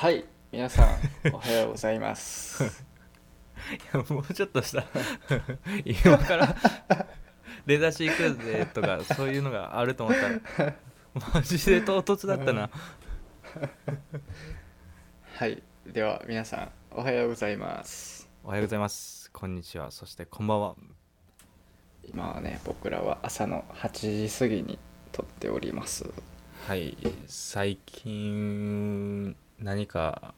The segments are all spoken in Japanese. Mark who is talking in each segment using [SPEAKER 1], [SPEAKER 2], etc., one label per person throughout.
[SPEAKER 1] はい皆さんおはようござい ます
[SPEAKER 2] い やもうちょっ とした今から出だしいくぜとかそういうのがあると思ったらマジで唐突だったな
[SPEAKER 1] はいでは皆さんおはようございます
[SPEAKER 2] おはようございますこんにちはそしてこんばんは
[SPEAKER 1] 今はね僕らは朝の8時過ぎに撮っております
[SPEAKER 2] はい最近何か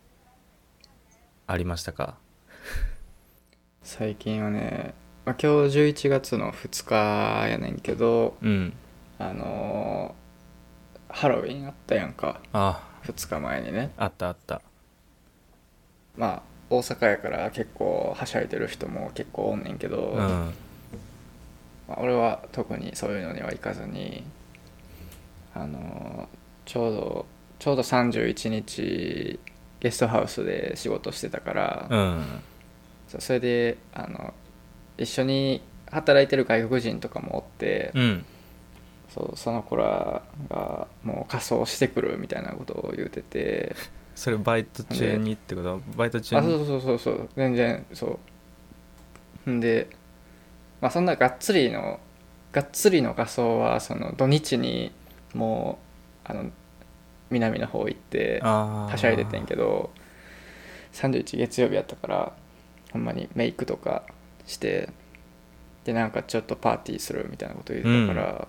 [SPEAKER 2] ありましたか
[SPEAKER 1] 最近はね、まあ、今日11月の2日やねんけど
[SPEAKER 2] うん
[SPEAKER 1] あのーハロウィンあったやんか
[SPEAKER 2] あ
[SPEAKER 1] 2日前にね
[SPEAKER 2] あったあった
[SPEAKER 1] まあ大阪やから結構はしゃいでる人も結構おんねんけど、
[SPEAKER 2] うん
[SPEAKER 1] まあ、俺は特にそういうのには行かずにあのちょうどちょうど31日ゲストハウスで仕事してたから、
[SPEAKER 2] うん
[SPEAKER 1] そうそれであの一緒に働いてる外国人とかもおって、
[SPEAKER 2] うん
[SPEAKER 1] そうその子らがもう仮装してくるみたいなことを言うてて
[SPEAKER 2] それバイト中にってことバイト中
[SPEAKER 1] あそ
[SPEAKER 2] に
[SPEAKER 1] うそうそうそう全然そうんでまあそんながっつりのがっつりの仮装はその土日にもうあの南の方行って
[SPEAKER 2] あー
[SPEAKER 1] はしゃいでてんけど31月曜日やったからほんまにメイクとかしてでなんかちょっとパーティーするみたいなこと言ってたから、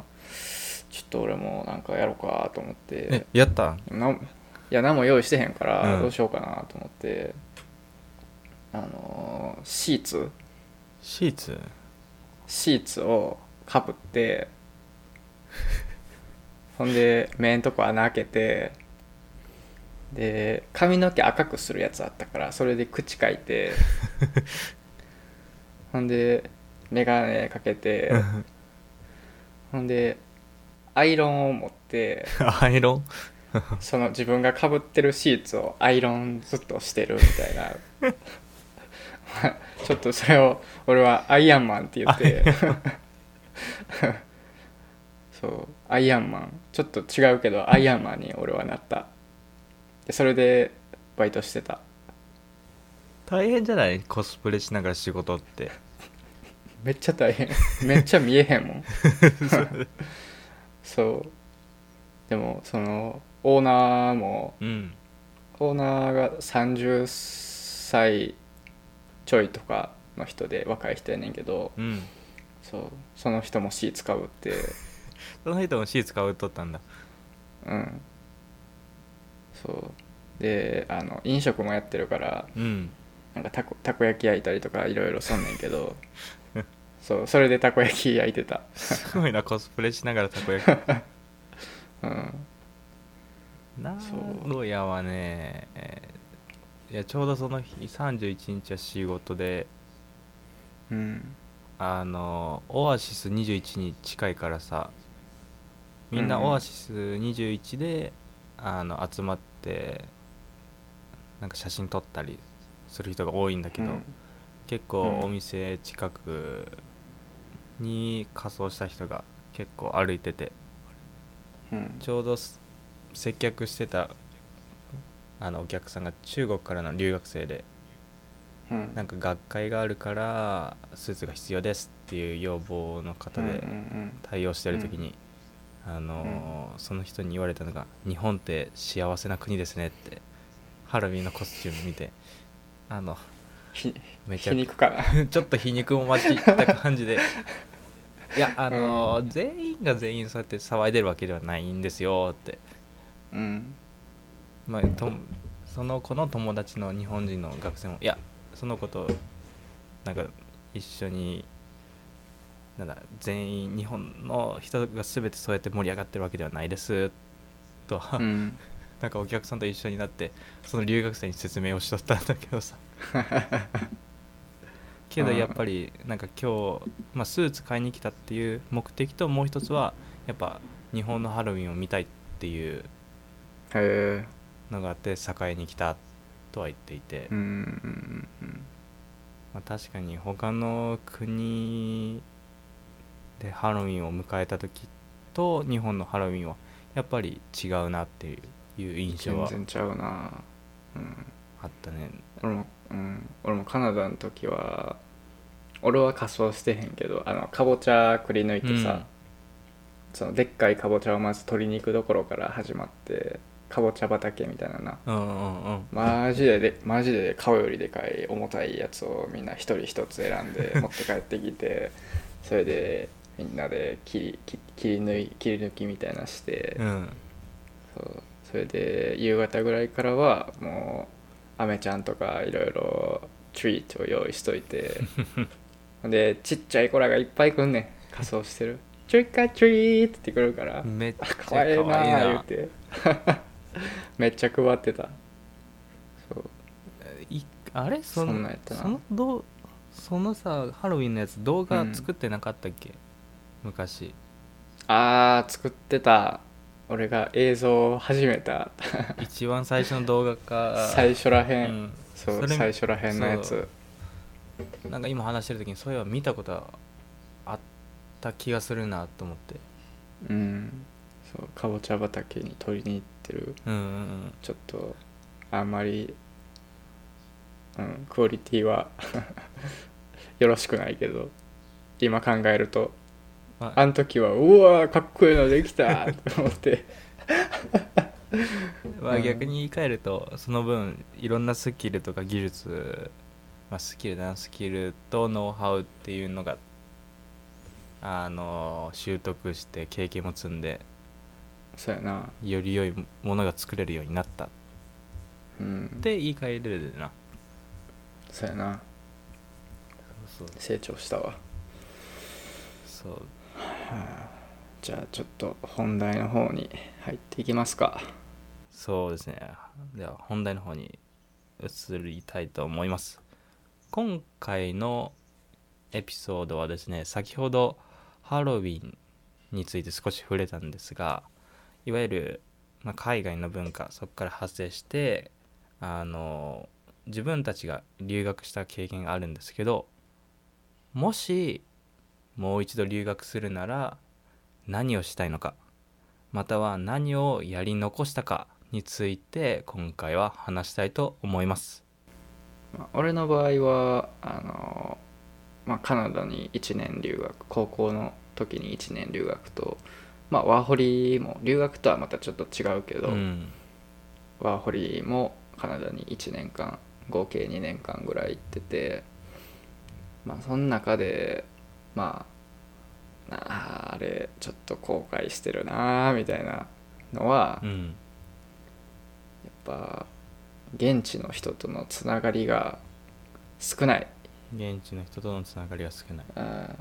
[SPEAKER 1] ちょっと俺もなんかやろうかと思って
[SPEAKER 2] えやった
[SPEAKER 1] なんいや何も用意してへんから
[SPEAKER 2] うん
[SPEAKER 1] どうしようかなと思って、あのーシーツ
[SPEAKER 2] シーツ
[SPEAKER 1] シーツをかぶ ってほんで目んとこ穴開けてで髪の毛赤くするやつあったからそれで口かい てほんで眼鏡かけてほんでアイロンを持って
[SPEAKER 2] アイロン
[SPEAKER 1] その自分がかぶってるシーツをアイロンずっとしてるみたいなまあ ちょっとそれを俺はアイアンマンって言って
[SPEAKER 2] ア
[SPEAKER 1] そうアイアンマンちょっと違うけどアイアンマンに俺はなったでそれでバイトしてた
[SPEAKER 2] 大変じゃないコスプレしながら仕事って
[SPEAKER 1] めっちゃ大変めっちゃ見えへんも んそうでもそのオーナーも
[SPEAKER 2] うん
[SPEAKER 1] オーナーが30歳ちょいとかの人で若い人やねんけど
[SPEAKER 2] うん
[SPEAKER 1] そうその人もシーツかぶって
[SPEAKER 2] その人もシーツかぶっとったんだ
[SPEAKER 1] うんそうであの飲食もやってるから
[SPEAKER 2] うん
[SPEAKER 1] なんかたこたこ焼き焼いたりとかいろいろそんねんけ どそうそれでたこ焼き焼いてた
[SPEAKER 2] すごいなコスプレしながらたこ 焼き
[SPEAKER 1] うん
[SPEAKER 2] 名
[SPEAKER 1] そう
[SPEAKER 2] 古屋はね、えーいやちょうどその日31日は仕事で
[SPEAKER 1] うん
[SPEAKER 2] あのオアシス21に近いからさみんな
[SPEAKER 1] うんうん
[SPEAKER 2] オアシス21で、あの集まってなんか写真撮ったりする人が多いんだけど、
[SPEAKER 1] うん
[SPEAKER 2] 結構
[SPEAKER 1] うん
[SPEAKER 2] お店近くに仮装した人が結構歩いてて
[SPEAKER 1] うん
[SPEAKER 2] ちょうどす接客してたあのお客さんが中国からの留学生で
[SPEAKER 1] うん
[SPEAKER 2] なんか学会があるからスーツが必要ですっていう要望の方
[SPEAKER 1] うんう
[SPEAKER 2] で
[SPEAKER 1] ん
[SPEAKER 2] 対応してる時に、あのーその人に言われたのが「日本って幸せな国ですね」ってハロウィンのコスチューム見てあの
[SPEAKER 1] ひ
[SPEAKER 2] めちゃ
[SPEAKER 1] 皮肉
[SPEAKER 2] くちゃ
[SPEAKER 1] かな
[SPEAKER 2] ちょっと皮肉も交じった感じでいやあのー全員が全員そうやって騒いでるわけではないんですよって、
[SPEAKER 1] うん
[SPEAKER 2] まあ、とその子の友達の日本人の学生もいやその子となんか一緒になんだ全員日本の人が全てそうやって盛り上がってるわけではないですと、
[SPEAKER 1] うん
[SPEAKER 2] なんかお客さんと一緒になってその留学生に説明をしとったんだけ どさけどやっぱりなんか今日、まあ、スーツ買いに来たっていう目的ともう一つはやっぱ日本のハロウィンを見たいっていう
[SPEAKER 1] へえ
[SPEAKER 2] のがあって境に来たとは言っていて、
[SPEAKER 1] うんうんうん
[SPEAKER 2] まあ、確かに他の国でハロウィンを迎えた時と日本のハロウィンはやっぱり違うなっていう印象
[SPEAKER 1] 全
[SPEAKER 2] は
[SPEAKER 1] 然ちゃうなうん、
[SPEAKER 2] あったね
[SPEAKER 1] 俺も、うん、俺もカナダの時は俺は仮装してへんけどあのかぼちゃくり抜いてさ、そのでっかいかぼちゃをまず鶏肉どころから始まってかぼちゃ畑みたいなな
[SPEAKER 2] うんうんうん
[SPEAKER 1] マジででマジで顔よりでかい重たいやつをみんな一人一つ選んで持って帰ってきてそれでみんなで切り切切り抜い切り抜きみたいなして、
[SPEAKER 2] うんうん
[SPEAKER 1] そうそれで夕方ぐらいからはもうアメちゃんとかいろいろトリートを用意しとい てでちっちゃい子らがいっぱい来んねん仮装してる「トリックアトリート」って来るから
[SPEAKER 2] めっちゃ
[SPEAKER 1] 「
[SPEAKER 2] 可
[SPEAKER 1] かわ
[SPEAKER 2] 愛
[SPEAKER 1] い
[SPEAKER 2] い
[SPEAKER 1] い
[SPEAKER 2] な
[SPEAKER 1] な」言うて めっちゃ配ってたそう
[SPEAKER 2] いあれそ
[SPEAKER 1] そん
[SPEAKER 2] の
[SPEAKER 1] なんやったな
[SPEAKER 2] そのどうそのさハロウィンのやつ動画作ってなかったっけ、昔
[SPEAKER 1] あー作ってた俺が映像を始めた
[SPEAKER 2] 一番最初の動画か
[SPEAKER 1] 最初らへん、
[SPEAKER 2] うん
[SPEAKER 1] そう
[SPEAKER 2] それ
[SPEAKER 1] 最初らへんのやつ
[SPEAKER 2] なんか今話してる時にそういえば見たことはあった気がするなと思って
[SPEAKER 1] うんそうかぼちゃ畑に取りに行ってる
[SPEAKER 2] うんうんうん
[SPEAKER 1] ちょっとあんまり、うん、クオリティは よろしくないけど今考えると
[SPEAKER 2] まあ
[SPEAKER 1] あの時はうわーかっこいいのできたと思って
[SPEAKER 2] まあ
[SPEAKER 1] うん
[SPEAKER 2] 逆に言い換えるとその分いろんなスキルとか技術、まあ、スキルだなスキルとノウハウっていうのがあの習得して経験も積んで
[SPEAKER 1] そうやな
[SPEAKER 2] より良いものが作れるようになったっ
[SPEAKER 1] うん
[SPEAKER 2] て言い換えれるな
[SPEAKER 1] そうやな
[SPEAKER 2] そう
[SPEAKER 1] 成長したわ
[SPEAKER 2] そう
[SPEAKER 1] じゃあちょっと本題の方に入っていきますか
[SPEAKER 2] そうですねでは本題の方に移りたいと思います今回のエピソードはですね先ほどハロウィンについて少し触れたんですがいわゆる、まあ、海外の文化そこから発生してあの自分たちが留学した経験があるんですけどもしもう一度留学するなら何をしたいのかまたは何をやり残したかについて今回は話したいと思います。
[SPEAKER 1] まあ俺の場合はあの、まあ、カナダに1年留学高校の時に1年留学と、まあ、ワーホリも留学とはまたちょっと違うけど、
[SPEAKER 2] うん、
[SPEAKER 1] ワーホリもカナダに1年間合計2年間ぐらい行っててまあその中でまああーあれちょっと後悔してるなーみたいなのは、
[SPEAKER 2] うん、
[SPEAKER 1] やっぱ現地の人とのつながりが少ない、
[SPEAKER 2] 現地の人とのつながりが少ない。
[SPEAKER 1] うん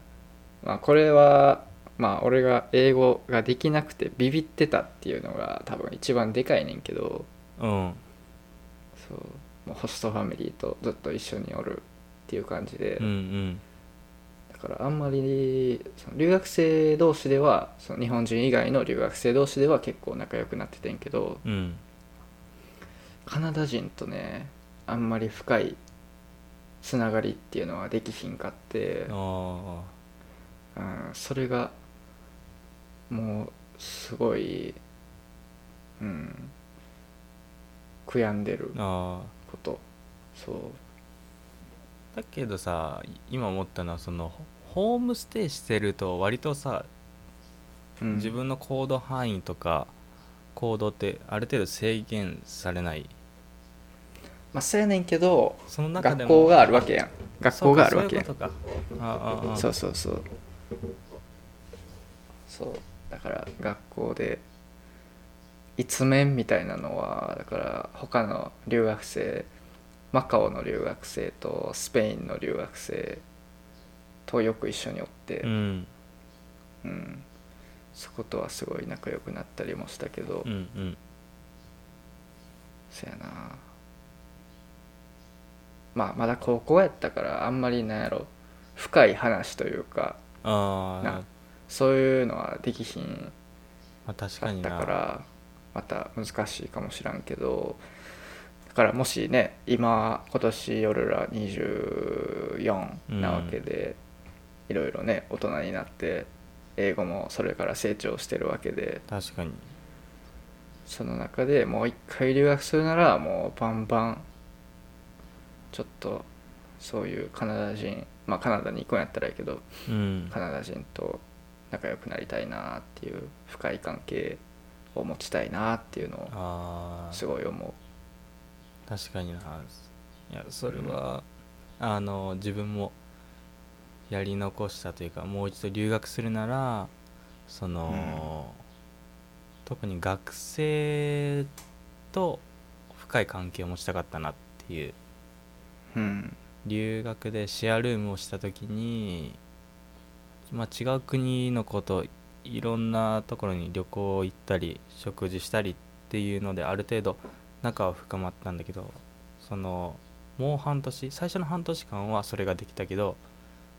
[SPEAKER 1] まあ、これはまあ俺が英語ができなくてビビってたっていうのが多分一番でかいねんけど
[SPEAKER 2] うん、
[SPEAKER 1] そうもうホストファミリーとずっと一緒におるっていう感じで、
[SPEAKER 2] うん、うん、
[SPEAKER 1] だからあんまりその留学生同士ではその日本人以外の留学生同士では結構仲良くなっててんけど
[SPEAKER 2] うん、
[SPEAKER 1] カナダ人とねあんまり深いつながりっていうのはできひんかって、
[SPEAKER 2] あ
[SPEAKER 1] うん、それがもうすごい、うん、悔やんでる
[SPEAKER 2] あ、ああ。
[SPEAKER 1] ことそう
[SPEAKER 2] だけどさ、今思ったのはそのホホームステイしてると割とさ、、
[SPEAKER 1] うん、
[SPEAKER 2] 自分の行動範囲とか行動ってある程度制限されない。
[SPEAKER 1] まあそうやねんけど
[SPEAKER 2] その中で
[SPEAKER 1] 学
[SPEAKER 2] も
[SPEAKER 1] 校があるわけやん学校があるわけやん
[SPEAKER 2] そうかそういうことか。ああああ
[SPEAKER 1] そうそうそうそうだから学校で一面みたいなのはだから他の留学生マカオの留学生とスペインの留学生とよく一緒におって、
[SPEAKER 2] うん、
[SPEAKER 1] うんそことはすごい仲良くなったりもしたけど、
[SPEAKER 2] うん、うん。
[SPEAKER 1] そやなまあまだ高校やったからあんまりなんやろ深い話というか
[SPEAKER 2] ああ、
[SPEAKER 1] なそういうのはできひん
[SPEAKER 2] まあ、確
[SPEAKER 1] だ
[SPEAKER 2] か
[SPEAKER 1] っ
[SPEAKER 2] に
[SPEAKER 1] た
[SPEAKER 2] な。
[SPEAKER 1] からまた難しいかもしらんけどだからもしね今今年俺ら24なわけで、いろいろね大人になって英語もそれから成長してるわけで
[SPEAKER 2] 確かに
[SPEAKER 1] その中でもう一回留学するならもうバンバンちょっとそういうカナダ人まあカナダに行くんやったらいいけど
[SPEAKER 2] うん
[SPEAKER 1] カナダ人と仲良くなりたいなっていう深い関係を持ちたいなっていうのを
[SPEAKER 2] ああ
[SPEAKER 1] すごい思
[SPEAKER 2] 確かにないやそれは、あの自分もやり残したというかもう一度留学するならその、特に学生と深い関係を持ちたかったなっていう
[SPEAKER 1] ううん
[SPEAKER 2] 留学でシェアルームをした時に、まあ、違う国の子といろんなところに旅行行ったり食事したりっていうのである程度仲は深まったんだけどそのもう半年最初の半年間はそれができたけど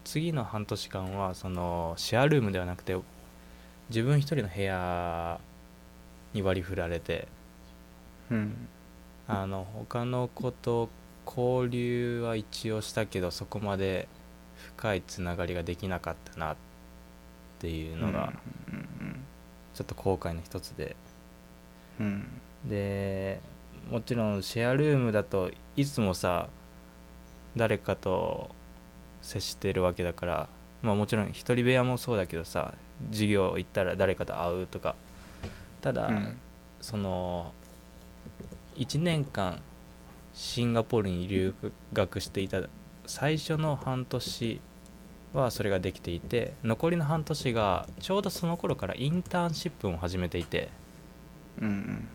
[SPEAKER 2] 次の半年間はそのシェアルームではなくて自分一人の部屋に割り振られて
[SPEAKER 1] うん
[SPEAKER 2] あの他の子と交流は一応したけどそこまで深いつながりができなかったなっていうのが
[SPEAKER 1] うん
[SPEAKER 2] ちょっと後悔の一つで、
[SPEAKER 1] うんうん
[SPEAKER 2] でもちろんシェアルームだといつもさ誰かと接してるわけだからまあもちろん一人部屋もそうだけどさ授業行ったら誰かと会うとかただ、
[SPEAKER 1] うん
[SPEAKER 2] その1年間シンガポールに留学していた最初の半年はそれができていて残りの半年がちょうどその頃からインターンシップを始めていて
[SPEAKER 1] うんうん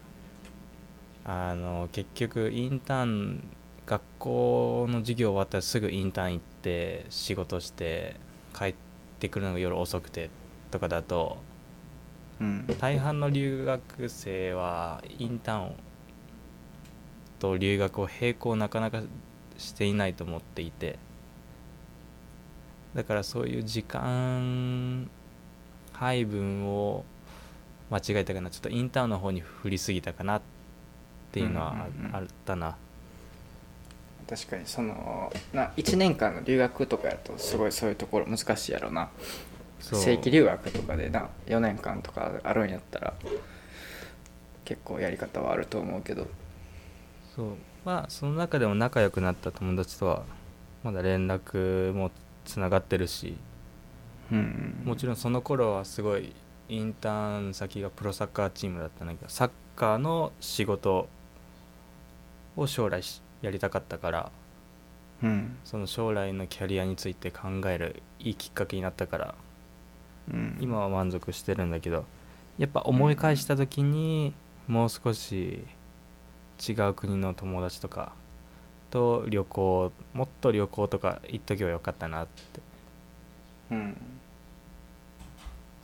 [SPEAKER 2] あの結局インターン学校の授業終わったらすぐインターン行って仕事して帰ってくるのが夜遅くてとかだと
[SPEAKER 1] うん
[SPEAKER 2] 大半の留学生はインターンと留学を並行なかなかしていないと思っていてだからそういう時間配分を間違えたかなちょっとインターンの方に振りすぎたかなっていうのは
[SPEAKER 1] うんうんうん
[SPEAKER 2] ああったな
[SPEAKER 1] 確かにそのな1年間の留学とかやとすごいそういうところ難しいやろな
[SPEAKER 2] そう
[SPEAKER 1] 正規留学とかでな4年間とかあるんやったら結構やり方はあると思うけど
[SPEAKER 2] そうまあその中でも仲良くなった友達とはまだ連絡もつながってるし
[SPEAKER 1] うん
[SPEAKER 2] もちろんその頃はすごいインターン先がプロサッカーチームだったんだけどサッカーの仕事を将来しやりたかったから
[SPEAKER 1] うん
[SPEAKER 2] その将来のキャリアについて考えるいいきっかけになったから
[SPEAKER 1] うん
[SPEAKER 2] 今は満足してるんだけどやっぱ思い返した時にもう少し違う国の友達とかと旅行もっと旅行とか行っとけばよかったなって
[SPEAKER 1] うん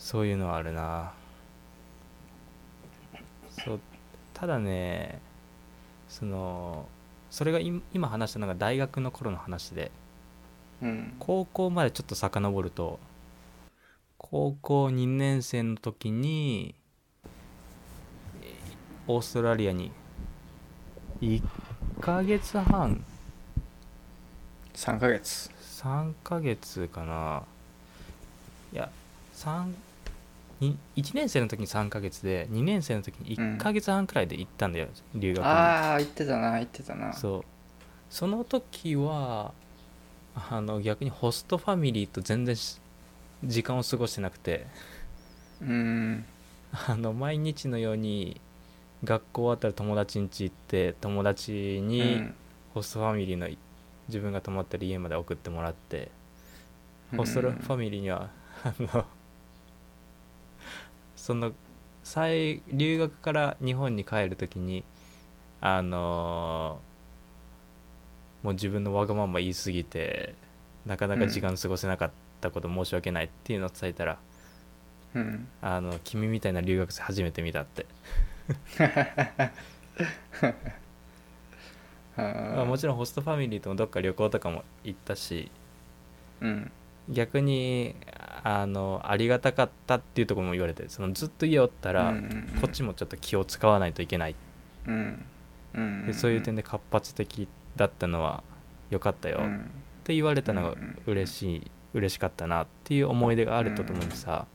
[SPEAKER 2] そういうのはあるなそうただねそのそれが今今話したのが大学の頃の話で
[SPEAKER 1] うん
[SPEAKER 2] 高校までちょっと遡ると高校2年生の時にえーオーストラリアに1ヶ月半
[SPEAKER 1] 3ヶ月
[SPEAKER 2] 3ヶ月かないや3に1年生の時に3ヶ月で2年生の時に1ヶ月半くらいで行ったんだよ、留学に
[SPEAKER 1] ああ言ってたな言ってたな
[SPEAKER 2] そうその時はあの逆にホストファミリーと全然し時間を過ごしてなくて
[SPEAKER 1] うん
[SPEAKER 2] あの毎日のように学校終わったら友達ん家行って友達
[SPEAKER 1] う
[SPEAKER 2] に
[SPEAKER 1] ん
[SPEAKER 2] ホストファミリーの自分が泊まってる家まで送ってもらって、ホストファミリーには あのその再留学から日本に帰る時にあのもう自分のわがまま言い過ぎてなかなか時間過ごせなかったこと申し訳ないっていうのを伝えたら「
[SPEAKER 1] うん
[SPEAKER 2] あの君みたいな留学生初めて見た」って、
[SPEAKER 1] あ
[SPEAKER 2] まあ、
[SPEAKER 1] ー
[SPEAKER 2] もちろんホストファミリーともどっか旅行とかも行ったし
[SPEAKER 1] うん
[SPEAKER 2] 逆にあのありがたかったっていうところも言われてそのずっと家おったら、
[SPEAKER 1] うんうんうん
[SPEAKER 2] こっちもちょっと気を使わないといけない
[SPEAKER 1] うんうん
[SPEAKER 2] でそういう点で活発的だったのは良かったよ
[SPEAKER 1] う
[SPEAKER 2] っ
[SPEAKER 1] ん
[SPEAKER 2] て言われたの
[SPEAKER 1] う
[SPEAKER 2] が
[SPEAKER 1] んうんうん
[SPEAKER 2] 嬉しい嬉しかったなっていう思い出があるとともにさ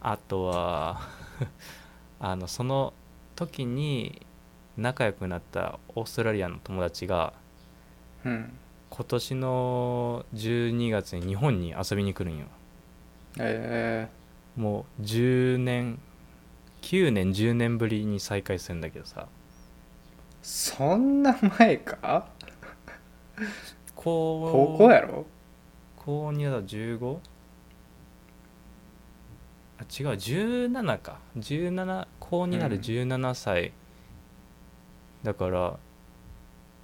[SPEAKER 2] あとは あのその時に仲良くなったオーストラリアの友達が
[SPEAKER 1] うん
[SPEAKER 2] 今年の12月に日本に遊びに来るんよ
[SPEAKER 1] え
[SPEAKER 2] もう10年9年10年ぶりに再会するんだけどさ
[SPEAKER 1] ー、そんな前か
[SPEAKER 2] 高
[SPEAKER 1] 高校やろ
[SPEAKER 2] 高2だ 15? あ違う17か17高にな
[SPEAKER 1] う
[SPEAKER 2] る
[SPEAKER 1] ん
[SPEAKER 2] 17歳、だから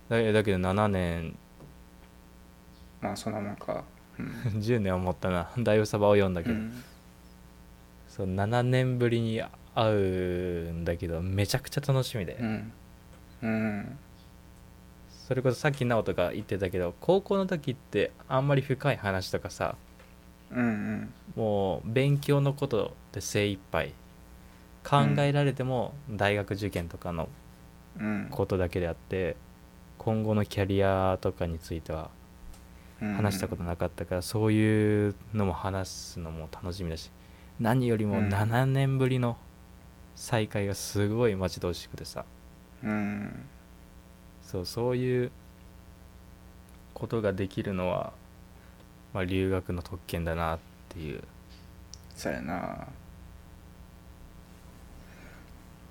[SPEAKER 2] だだけど7年
[SPEAKER 1] まあそんなもんかうん、
[SPEAKER 2] 10年は持ったな だいぶサバを読んだけ
[SPEAKER 1] う
[SPEAKER 2] ど、
[SPEAKER 1] ん、
[SPEAKER 2] そう7年ぶりに会うんだけどめちゃくちゃ楽しみで、
[SPEAKER 1] うんうん
[SPEAKER 2] それこそさっき直人が言ってたけど高校の時ってあんまり深い話とかさ
[SPEAKER 1] うんうん
[SPEAKER 2] もう勉強のことで精一杯考えられても大学受験とかの
[SPEAKER 1] うん
[SPEAKER 2] ことだけであって今後のキャリアとかについては
[SPEAKER 1] うん
[SPEAKER 2] 話したことなかったから、そういうのも話すのも楽しみだし何よりも
[SPEAKER 1] うん
[SPEAKER 2] 7年ぶりの再会がすごい待ち遠しくてさ
[SPEAKER 1] うん
[SPEAKER 2] そうそういうことができるのは、まあ、留学の特権だなっていう
[SPEAKER 1] そうやな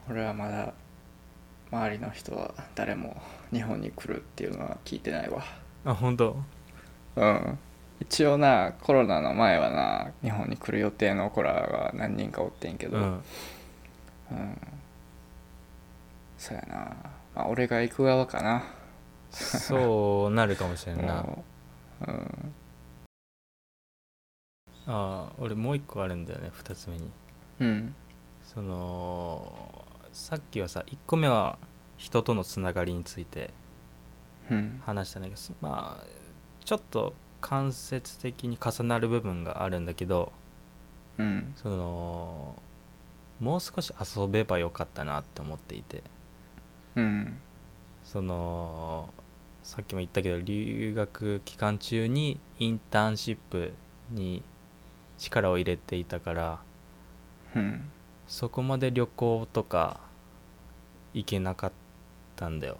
[SPEAKER 1] 俺はまだ周りの人は誰も日本に来るっていうのは聞いてないわ
[SPEAKER 2] あ本当
[SPEAKER 1] うん一応なコロナの前はな日本に来る予定の子らが何人かおってんけど、
[SPEAKER 2] うん
[SPEAKER 1] うんそうやなまあ俺が行く側かな
[SPEAKER 2] そうなるかもしれんな
[SPEAKER 1] もううん
[SPEAKER 2] あー俺もう一個あるんだよね2つ目に
[SPEAKER 1] うん
[SPEAKER 2] そのさっきはさ1個目は人とのつながりについて
[SPEAKER 1] うん
[SPEAKER 2] 話したんだけどそまあちょっと間接的に重なる部分があるんだけど
[SPEAKER 1] うん
[SPEAKER 2] そのもう少し遊べばよかったなって思っていて
[SPEAKER 1] うん
[SPEAKER 2] そのさっきも言ったけど留学期間中にインターンシップに力を入れていたから
[SPEAKER 1] うん
[SPEAKER 2] そこまで旅行とか行けなかったんだよ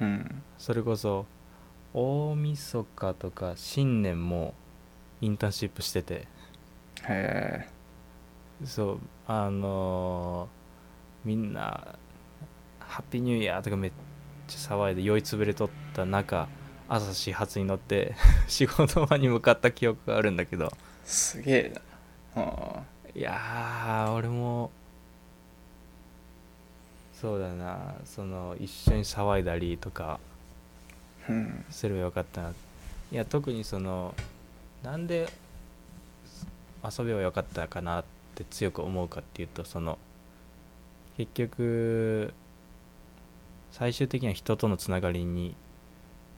[SPEAKER 1] うん
[SPEAKER 2] それこそ大晦日とか新年もインターンシップしてて
[SPEAKER 1] へ
[SPEAKER 2] そうあのーみんな「ハッピーニューイヤー」とかめっちゃ騒いで酔いつぶれとった中朝始発に乗って 仕事場に向かった記憶があるんだけど
[SPEAKER 1] えすげえなあ
[SPEAKER 2] いやー俺もそうだなその一緒に騒いだりとか
[SPEAKER 1] ーうん
[SPEAKER 2] すればよかったないや特にそのなんで遊べばよかったかなって強く思うかっていうとその結局最終的には人とのつながりに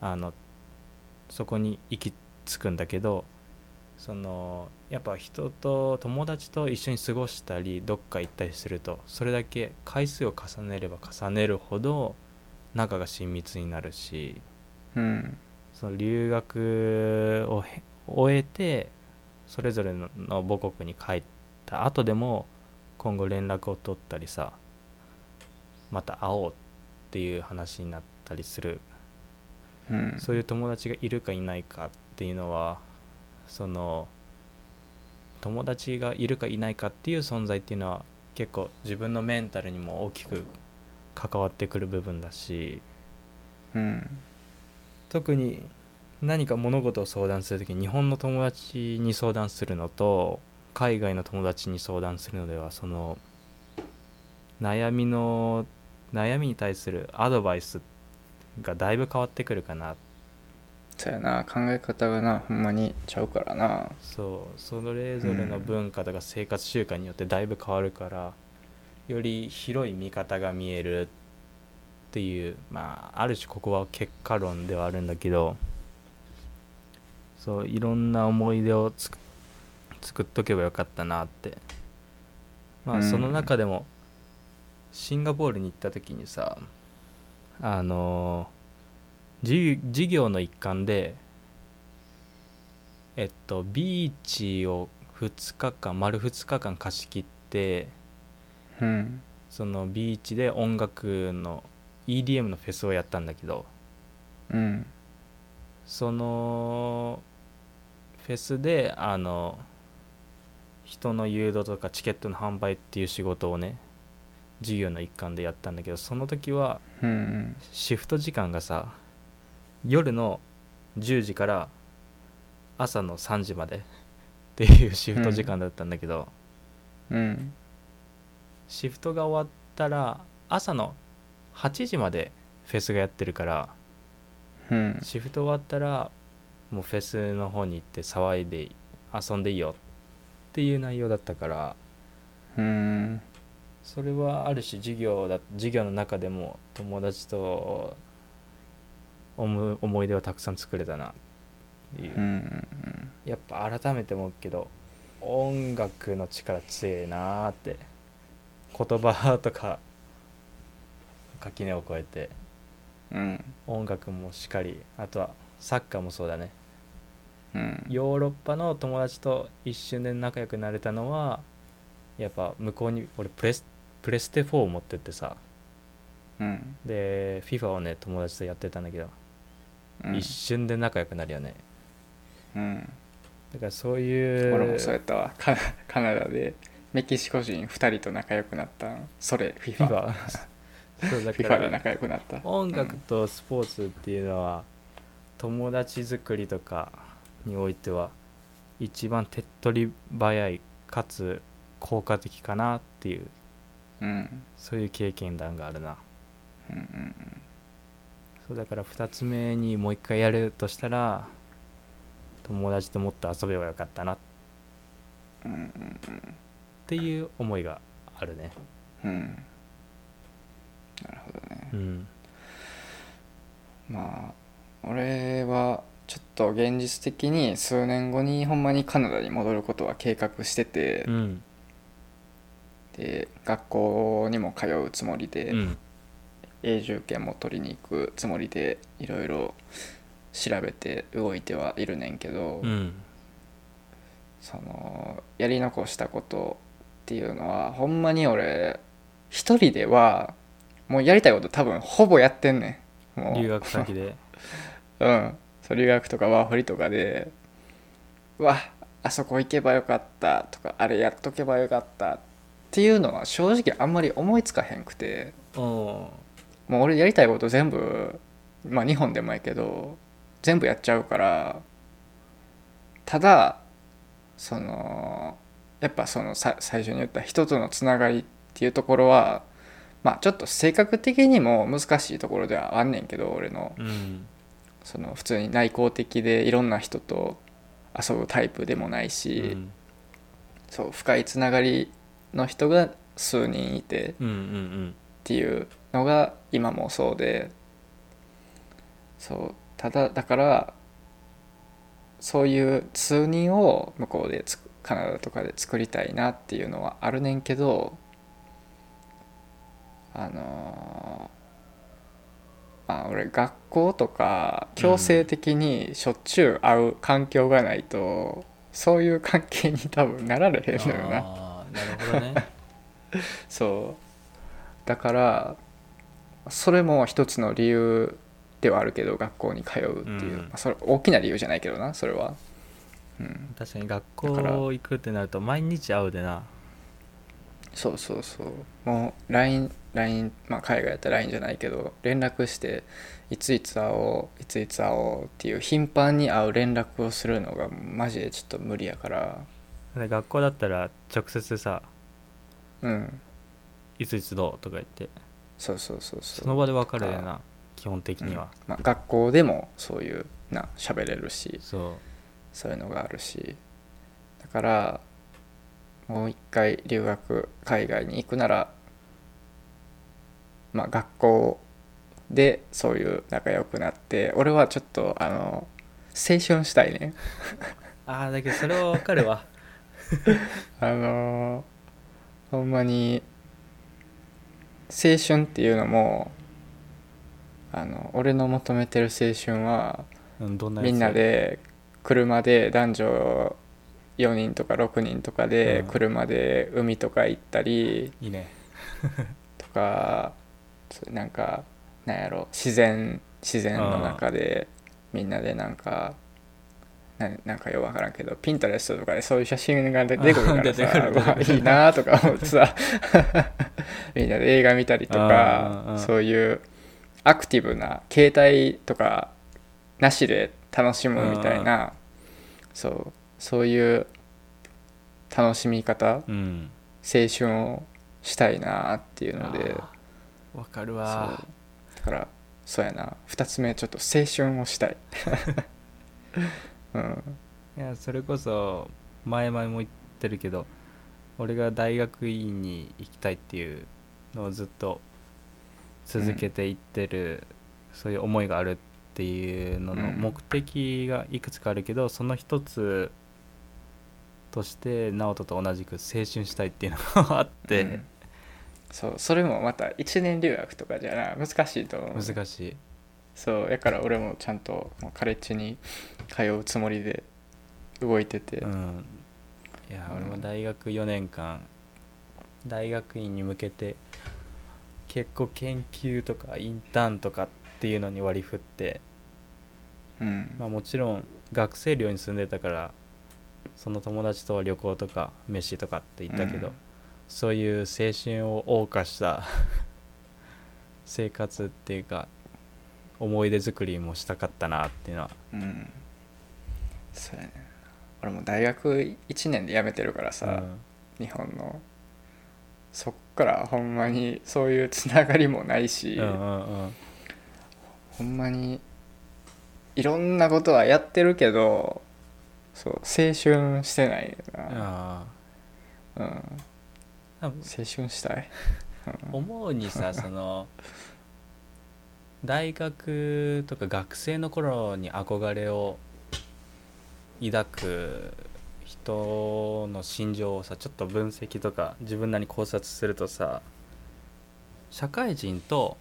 [SPEAKER 2] あのそこに行き着くんだけどそのやっぱ人と友達と一緒に過ごしたりどっか行ったりするとそれだけ回数を重ねれば重ねるほど仲が親密になるし
[SPEAKER 1] うん
[SPEAKER 2] その留学をへ終えてそれぞれのの母国に帰った後でも今後連絡を取ったりさまた会おうっていう話になったりする
[SPEAKER 1] うん
[SPEAKER 2] そういう友達がいるかいないかっていうのはその友達がいるかいないかっていう存在っていうのは結構自分のメンタルにも大きく関わってくる部分だし
[SPEAKER 1] うん
[SPEAKER 2] 特に何か物事を相談する時に日本の友達に相談するのと海外の友達に相談するのではその悩みの悩みに対するアドバイスがだいぶ変わってくるかな
[SPEAKER 1] そうやな考え方がなほんまにちゃうからな
[SPEAKER 2] そうそれぞれの文化とか生活習慣によってだいぶ変わるから、より広い見方が見えるっていうまあある種ここは結果論ではあるんだけどそういろんな思い出をつく作っとけばよかったなってま
[SPEAKER 1] う
[SPEAKER 2] あ
[SPEAKER 1] ん
[SPEAKER 2] その中でもシンガポールに行った時にさあのじ授業の一環でえっとビーチを2日間丸2日間貸し切って
[SPEAKER 1] うん
[SPEAKER 2] そのビーチで音楽の EDM のフェスをやったんだけど
[SPEAKER 1] うん
[SPEAKER 2] そのフェスであの人の誘導とかチケットの販売っていう仕事をね授業の一環でやったんだけどその時は
[SPEAKER 1] うんうん
[SPEAKER 2] シフト時間がさ夜の10時から朝の3時までっていうシフト時間だったんだけど、
[SPEAKER 1] うん
[SPEAKER 2] シフトが終わったら朝の8時までフェスがやってるから
[SPEAKER 1] うん
[SPEAKER 2] シフト終わったらもうフェスの方に行って騒いで遊んでいいよっていう内容だったから
[SPEAKER 1] うん
[SPEAKER 2] それはある種授業だ授業の中でも友達と思う思い出をたくさん作れたなっていう、
[SPEAKER 1] うん
[SPEAKER 2] やっぱ改めて思うけど音楽の力強えなーって言葉とか垣根を越えて
[SPEAKER 1] うん
[SPEAKER 2] 音楽もしっかりあとはサッカーもそうだね
[SPEAKER 1] うん
[SPEAKER 2] ヨーロッパの友達と一瞬で仲良くなれたのはやっぱ向こうに俺プレスプレステ4を持ってってさ
[SPEAKER 1] うん
[SPEAKER 2] で FIFA をね友達とやってたんだけど、
[SPEAKER 1] うん
[SPEAKER 2] 一瞬で仲良くなるよね
[SPEAKER 1] うん
[SPEAKER 2] だからそういう
[SPEAKER 1] 俺もそうやったわカナカナダでメキシコ人2人と仲良くなったんそれ FIFA
[SPEAKER 2] FIFA そうだか
[SPEAKER 1] FIFA で
[SPEAKER 2] ら
[SPEAKER 1] 仲良くなった
[SPEAKER 2] 音楽とスポーツっていうのは友達作りとかにおいては一番手っ取り早いかつ効果的かなっていう
[SPEAKER 1] うんうん
[SPEAKER 2] そういう経験談があるな
[SPEAKER 1] うんうん
[SPEAKER 2] そうだから2つ目にもう一回やるとしたら友達ともっと遊べばよかったなっ
[SPEAKER 1] うんうん
[SPEAKER 2] ていう思いがあるね
[SPEAKER 1] うんなるほどね
[SPEAKER 2] うん
[SPEAKER 1] まあ俺はちょっと現実的に数年後にほんまにカナダに戻ることは計画してて、
[SPEAKER 2] うん
[SPEAKER 1] で学校にも通うつもりで、
[SPEAKER 2] うん
[SPEAKER 1] 永住権も取りに行くつもりでいろいろ調べて動いてはいるねんけど、
[SPEAKER 2] うん
[SPEAKER 1] そのやり残したことっていうのはほんまに俺一人ではもうやりたいこと多分ほぼやってんねんもう
[SPEAKER 2] 留学先 で
[SPEAKER 1] うん、そう留学とかワーホリとかでうわあそこ行けばよかったとかあれやっとけばよかったっていうのは正直あんまり思いつかへんくて
[SPEAKER 2] うん
[SPEAKER 1] もう俺やりたいこと全部まあ日本でもやけど全部やっちゃうからただそのやっぱそのさ最初に言った人とのつながりっていうところはまあちょっと性格的にも難しいところではあんねんけど俺の
[SPEAKER 2] うん
[SPEAKER 1] その普通に内向的でいろんな人と遊ぶタイプでもないうし、
[SPEAKER 2] ん
[SPEAKER 1] そう深いつながりの人が数人いてっ
[SPEAKER 2] うんうん
[SPEAKER 1] ていうのが今もそうでそうただだからそういう数人を向こうでつくカナダとかで作りたいなっていうのはあるねんけどあのーまあ俺学校とか強制的にしょっちゅう会う環境がないと、そういう関係に多分なられへんのよな。
[SPEAKER 2] ああなるほどね
[SPEAKER 1] そうだからそれも一つの理由ではあるけど学校に通うっていう、
[SPEAKER 2] うん
[SPEAKER 1] まあそれ大きな理由じゃないけどなそれは、うん、
[SPEAKER 2] 確かに学
[SPEAKER 1] だから
[SPEAKER 2] 校行くってなると毎日会うでな
[SPEAKER 1] そうそうそうもう LINE, LINE まあ、海外やったら LINE じゃないけど連絡していついつ会おういついつ会おうっていう頻繁に会う連絡をするのがマジでちょっと無理やから
[SPEAKER 2] で学校だったら直接さ
[SPEAKER 1] うん
[SPEAKER 2] 「いついつどう?」とか言って
[SPEAKER 1] そうそうそうそう
[SPEAKER 2] その場で分かるよな基本的には、
[SPEAKER 1] うんまあ、学校でもそういうな喋れるし
[SPEAKER 2] そ
[SPEAKER 1] そういうのがあるしだからもう一回留学海外に行くならまあ学校でそういう仲良くなって俺はちょっとあの青春したいね
[SPEAKER 2] うああだけどそれは分かる わ
[SPEAKER 1] あのほんまに青春っていうのもあの俺の求めてる青春は
[SPEAKER 2] うんどんなやつ
[SPEAKER 1] みんなで車で男女4人とか6人とかで
[SPEAKER 2] うん
[SPEAKER 1] 車で海とか行ったり、
[SPEAKER 2] いいね
[SPEAKER 1] とかそうなんかなんやろ自然自然の中でみんなでなんかななんかよくわからんけどピンタレストとかでそういう写真が出てくるからさ
[SPEAKER 2] 出てくる
[SPEAKER 1] うわいいなとか思ってさ みんなで映画見たりと
[SPEAKER 2] あーあ
[SPEAKER 1] か
[SPEAKER 2] ー
[SPEAKER 1] そういうアクティブな携帯とかなしで楽しむみたいなそうそういう楽しみ方
[SPEAKER 2] うん
[SPEAKER 1] 青春をしたいなっていうので
[SPEAKER 2] あーわかる
[SPEAKER 1] そう
[SPEAKER 2] わ
[SPEAKER 1] だからそうやな2つ目ちょっと青春をしたい うん
[SPEAKER 2] いやそれこそ前々も言ってるけど俺が大学院に行きたいっていうのをずっと続けていってる、そういう思いがあるっていうのの
[SPEAKER 1] うん
[SPEAKER 2] 目的がいくつかあるけど、その一つとして直人と同じく青春したいっていうのがあっ
[SPEAKER 1] う
[SPEAKER 2] て
[SPEAKER 1] ん、そうそれもまた1年留学とかじゃな難しいと思う
[SPEAKER 2] 難しい、
[SPEAKER 1] そうだから俺もちゃんともうカレッジに通うつもりで動いてて、
[SPEAKER 2] うん、いや
[SPEAKER 1] うん
[SPEAKER 2] 俺も大学4年間大学院に向けて結構研究とかインターンとかっていうのに割り振って、
[SPEAKER 1] うん
[SPEAKER 2] まあ、もちろん学生寮に住んでたからその友達とは旅行とか飯とかって言ったけど、
[SPEAKER 1] うん
[SPEAKER 2] そういう青春を謳歌した 生活っていうか思い出作りもしたかったなっていうのは
[SPEAKER 1] うんそうやね俺も大学1年で辞めてるからさ、
[SPEAKER 2] うん
[SPEAKER 1] 日本のそっからほんまにそういうつながりもないし、
[SPEAKER 2] うんうんうん
[SPEAKER 1] ほんまにいろんなことはやってるけどそう青春してないな、
[SPEAKER 2] あ
[SPEAKER 1] うん、
[SPEAKER 2] あ
[SPEAKER 1] 青春したい、うん
[SPEAKER 2] 思うにさその大学とか学生の頃に憧れを抱く人の心情をさちょっと分析とか自分なりに考察するとさ社会人と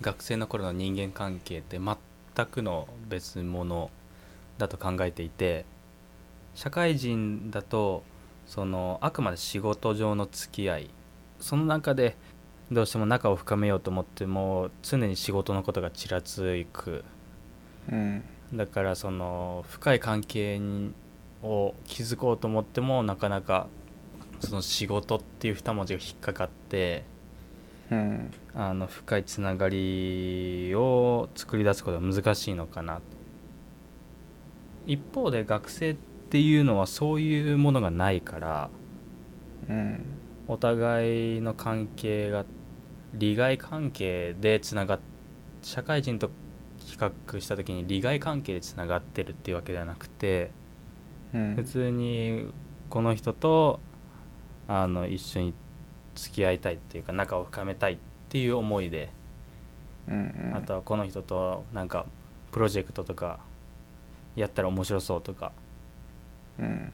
[SPEAKER 2] 学生の頃の人間関係って全くの別物だと考えていて社会人だとそのあくまで仕事上の付き合いその中でどうしても仲を深めようと思っても常に仕事のことがちらついく
[SPEAKER 1] うん
[SPEAKER 2] だからその深い関係を築こうと思ってもなかなかその仕事っていう二文字が引っかかって
[SPEAKER 1] うん
[SPEAKER 2] あの深いつながりを作り出すことが難しいのかな一方で学生っていうのはそういうものがないから
[SPEAKER 1] うん
[SPEAKER 2] お互いの関係が利害関係でつながっ社会人と比較した時に利害関係でつながってるっていうわけではなくて
[SPEAKER 1] うん
[SPEAKER 2] 普通にこの人とあの一緒に付き合いたいっていうか仲を深めたいっていう思いで
[SPEAKER 1] うん
[SPEAKER 2] あとはこの人となんかプロジェクトとかやったら面白そうとか
[SPEAKER 1] うん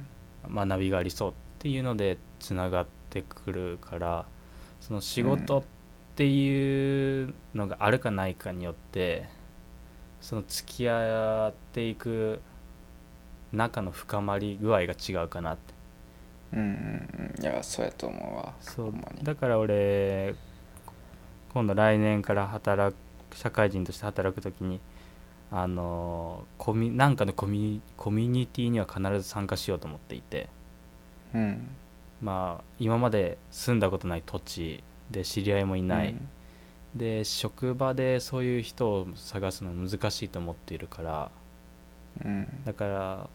[SPEAKER 2] 学びがありそうっていうのでつながってくるからその仕事っていうのがあるかないかによってその付き合っていく中の深まり具合が違うかなって
[SPEAKER 1] うんうんうんいやそうやと思うわ
[SPEAKER 2] そう
[SPEAKER 1] ほんまに
[SPEAKER 2] だから俺今度来年から働く社会人として働く時にあのコミなんかのコミコミュニティには必ず参加しようと思っていて。
[SPEAKER 1] うん
[SPEAKER 2] まあ今まで住んだことない土地で知り合いもいない、
[SPEAKER 1] うん
[SPEAKER 2] で職場でそういう人を探すの難しいと思っているから
[SPEAKER 1] うん
[SPEAKER 2] だから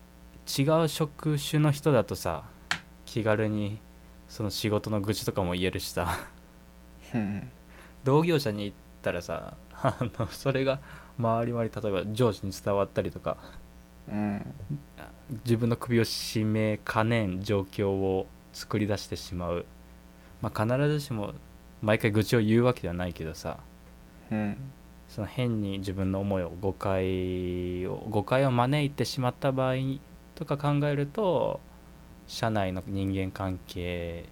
[SPEAKER 2] 違う職種の人だとさ気軽にその仕事の愚痴とかも言えるしさ
[SPEAKER 1] うん
[SPEAKER 2] 同業者に行ったらさあのそれが周りまで例えば上司に伝わったりとか
[SPEAKER 1] うん
[SPEAKER 2] 自分の首を絞めかねん状況を作り出してしまう、まあ、必ずしも毎回愚痴を言うわけではないけどさ
[SPEAKER 1] うん
[SPEAKER 2] その変に自分の思いを誤解を誤解を招いてしまった場合とか考えると社内の人間関係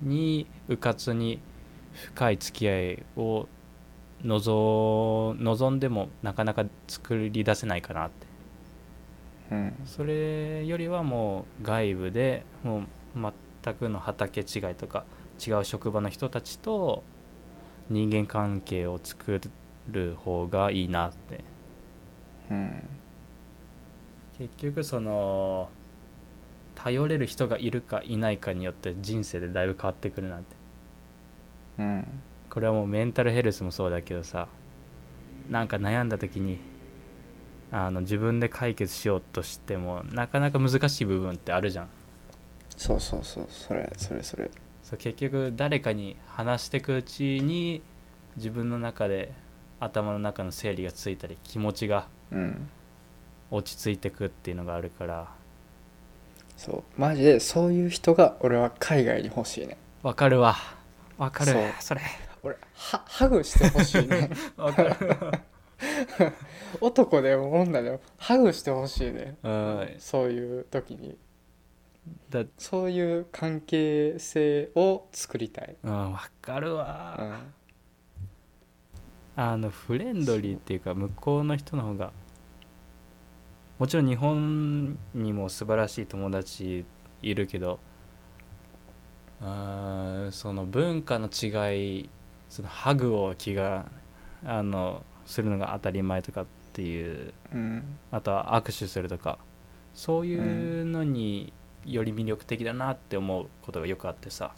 [SPEAKER 2] にうかつに深い付き合いを望望んでもなかなか作り出せないかなって
[SPEAKER 1] うん
[SPEAKER 2] それよりはもう外部でもう全くの畑違いとか違う職場の人たちと人間関係を作る方がいいなって
[SPEAKER 1] うん
[SPEAKER 2] 結局その頼れる人がいるかいないかによって人生でだいぶ変わってくるなんて
[SPEAKER 1] うん
[SPEAKER 2] これはもうメンタルヘルスもそうだけどさなんか悩んだ時にあの自分で解決しようとしてもなかなか難しい部分ってあるじゃん
[SPEAKER 1] そうそうそうそれそれそれ
[SPEAKER 2] そう結局誰かに話してくうちに自分の中で頭の中の整理がついたり気持ちが
[SPEAKER 1] うん
[SPEAKER 2] 落ち着いてくっていうのがあるから
[SPEAKER 1] そうマジでそういう人が俺は海外に欲しいね
[SPEAKER 2] わかるわわかる
[SPEAKER 1] そう
[SPEAKER 2] それ
[SPEAKER 1] 俺はハグしてほしいね
[SPEAKER 2] わかる
[SPEAKER 1] 男でも女でもハグしてほしいね
[SPEAKER 2] うん
[SPEAKER 1] そういう時に
[SPEAKER 2] だ
[SPEAKER 1] そういう関係性を作りたい、
[SPEAKER 2] うんわかるわ
[SPEAKER 1] うん、
[SPEAKER 2] あのフレンドリーっていうか向こうの人の方がもちろん日本にも素晴らしい友達いるけどあーその文化の違いそのハグを気があのするのが当たり前とかっていう
[SPEAKER 1] うん
[SPEAKER 2] あとは握手するとかそういうのにより魅力的だなって思うことがよくあってさ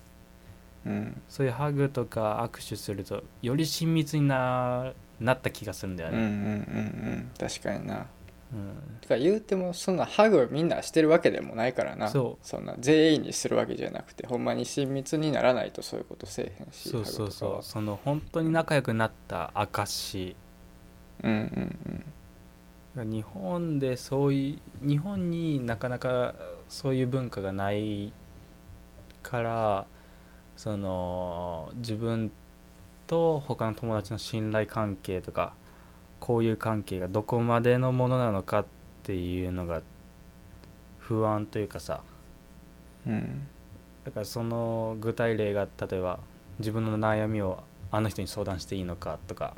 [SPEAKER 1] うん
[SPEAKER 2] そういうハグとか握手するとより親密にななった気がするんだよ
[SPEAKER 1] うんうん
[SPEAKER 2] ね。
[SPEAKER 1] うんうん確かにな
[SPEAKER 2] うん
[SPEAKER 1] てか言うてもそんなハグみんなしてるわけでもないからな
[SPEAKER 2] そ
[SPEAKER 1] んな全員にするわけじゃなくてほんまに親密にならないとそういうことせえへんし
[SPEAKER 2] そうそう
[SPEAKER 1] ハ
[SPEAKER 2] そ
[SPEAKER 1] グ
[SPEAKER 2] う
[SPEAKER 1] とか
[SPEAKER 2] その本当に仲良くなった証
[SPEAKER 1] はうんうん
[SPEAKER 2] 日本でそういう日本になかなかそういう文化がないからその自分と他の友達の信頼関係とかこういう関係がどこまでのものなのかっていうのが不安というかさ
[SPEAKER 1] うんうん
[SPEAKER 2] だからその具体例が例えば自分の悩みをあの人に相談していいのかとか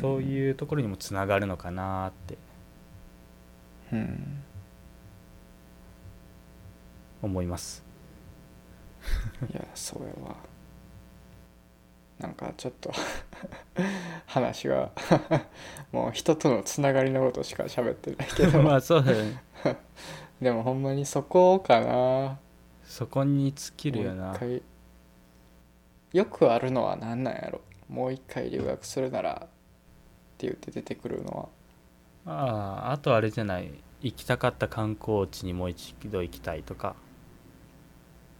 [SPEAKER 2] そういうところにもつながるのかなって
[SPEAKER 1] うん
[SPEAKER 2] 思います。
[SPEAKER 1] いやそれはなんかちょっと話がもう人とのつながりのことしか喋ってないけど
[SPEAKER 2] まあそうだよね。
[SPEAKER 1] でもほんまにそこかな
[SPEAKER 2] そこに尽きる
[SPEAKER 1] も
[SPEAKER 2] よ
[SPEAKER 1] う
[SPEAKER 2] な
[SPEAKER 1] 一。回よくあるのは何なんやろもう一回留学するならって言って出てくるのは
[SPEAKER 2] あああとあれじゃない行きたかった観光地にもう一度行きたいとか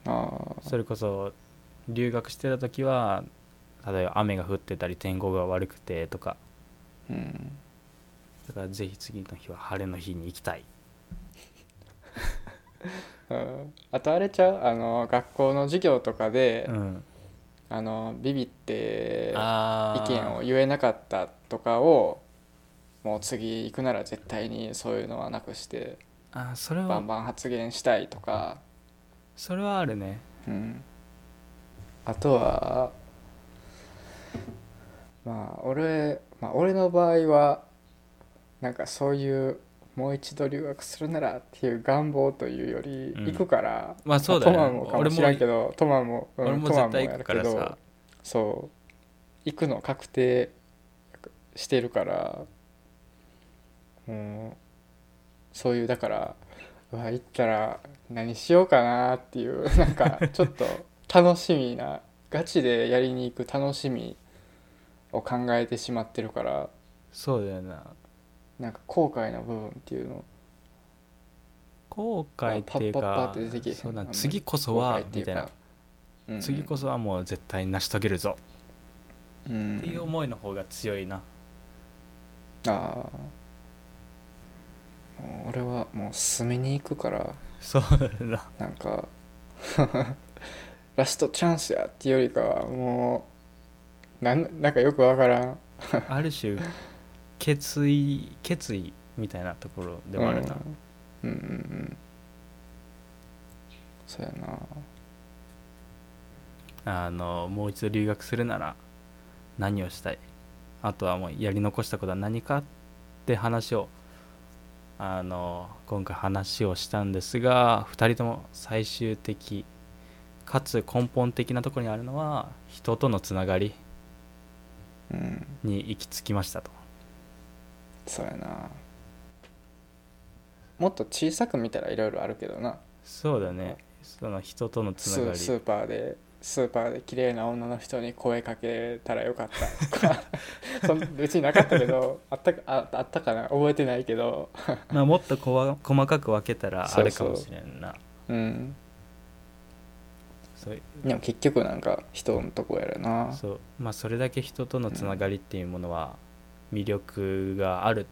[SPEAKER 1] ああ
[SPEAKER 2] それこそ留学してた時は例えば雨が降ってたり天候が悪くてとか
[SPEAKER 1] うん
[SPEAKER 2] だからぜひ次の日は晴れの日に行きたい。
[SPEAKER 1] うんあとあれちゃうあの学校の授業とかで、
[SPEAKER 2] うん、
[SPEAKER 1] あのビビって
[SPEAKER 2] あ
[SPEAKER 1] 意
[SPEAKER 2] ー
[SPEAKER 1] 見を言えなかったとかをもう次行くなら絶対にそういうのはなくして
[SPEAKER 2] あーそれ
[SPEAKER 1] バ
[SPEAKER 2] は
[SPEAKER 1] ンバン発言したいとか、
[SPEAKER 2] それはあるね。
[SPEAKER 1] うん、あとはまあ俺、まあ、俺の場合はなんかそういうもう一度留学するならっていう願望というより、
[SPEAKER 2] うん
[SPEAKER 1] 行くから、
[SPEAKER 2] まあそうだよね
[SPEAKER 1] トマもかもしれんけどトマも、うん
[SPEAKER 2] 俺も
[SPEAKER 1] トマ
[SPEAKER 2] 絶対行くから
[SPEAKER 1] やけど
[SPEAKER 2] さ。
[SPEAKER 1] そう行くの確定してるからもうそういうだからうわ行ったら何しようかなっていう なんかちょっと楽しみなガチでやりに行く楽しみを考えてしまってるから
[SPEAKER 2] そうだよな
[SPEAKER 1] なんか後悔の部分っていうの
[SPEAKER 2] 後悔っていう
[SPEAKER 1] パッパッ
[SPEAKER 2] か
[SPEAKER 1] パッて出てけへん
[SPEAKER 2] そう
[SPEAKER 1] あ
[SPEAKER 2] だ
[SPEAKER 1] んまり
[SPEAKER 2] 次こそ
[SPEAKER 1] 後
[SPEAKER 2] は
[SPEAKER 1] 悔ってい
[SPEAKER 2] み
[SPEAKER 1] う
[SPEAKER 2] たいな
[SPEAKER 1] か、うん
[SPEAKER 2] 次こそはもう絶対成し遂げるぞ
[SPEAKER 1] うん
[SPEAKER 2] っていう思いの方が強いな
[SPEAKER 1] ああもう俺はもう進めに行くから
[SPEAKER 2] そうだな
[SPEAKER 1] なんか ラストチャンスやっていうよりかはもうなんなんかよくわからん
[SPEAKER 2] ある種決意決意みたいなところでもあるな、
[SPEAKER 1] うん、うんうんうんそうやな
[SPEAKER 2] あのもう一度留学するなら何をしたいあとはもうやり残したことは何かって話をあの今回話をしたんですが2人とも最終的かつ根本的なところにあるのは人とのつながり
[SPEAKER 1] うん
[SPEAKER 2] に行き着きましたと
[SPEAKER 1] そうやなもっと小さく見たらいろいろあるけどな
[SPEAKER 2] そうだねその人とのつ
[SPEAKER 1] ス
[SPEAKER 2] なが
[SPEAKER 1] ー
[SPEAKER 2] り
[SPEAKER 1] スーパーでスーパーで綺麗な女の人に声かけたらよかったと かそん別になかったけどあったかああったかな覚えてないけど
[SPEAKER 2] まあ、もっとこわ細かく分けたらあ
[SPEAKER 1] そう
[SPEAKER 2] れ
[SPEAKER 1] そ
[SPEAKER 2] か
[SPEAKER 1] う
[SPEAKER 2] もしれんな
[SPEAKER 1] うん
[SPEAKER 2] そうい
[SPEAKER 1] でも結局なんか人のとこやるな
[SPEAKER 2] そうまあそれだけ人とのつながりっていうものは魅力があるっ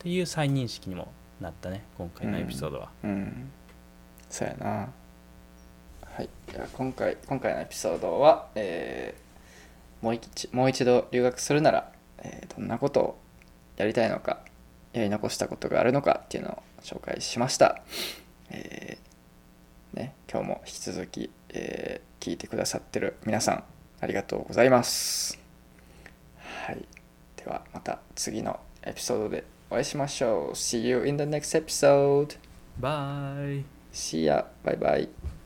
[SPEAKER 2] ていう再認識にもなったね今回のエピソードは、
[SPEAKER 1] うんそうやなはいじゃあ今回今回のエピソードは、えーもう一もう一度留学するなら、えーどんなことをやりたいのかやり残したことがあるのかっていうのを紹介しました、えーね、今日も引き続き、えー聞いてくださってる皆さんありがとうございますはいではまた次のエピソードでお会いしましょう See you in the next episode!
[SPEAKER 2] バイ
[SPEAKER 1] See ya. Bye bye.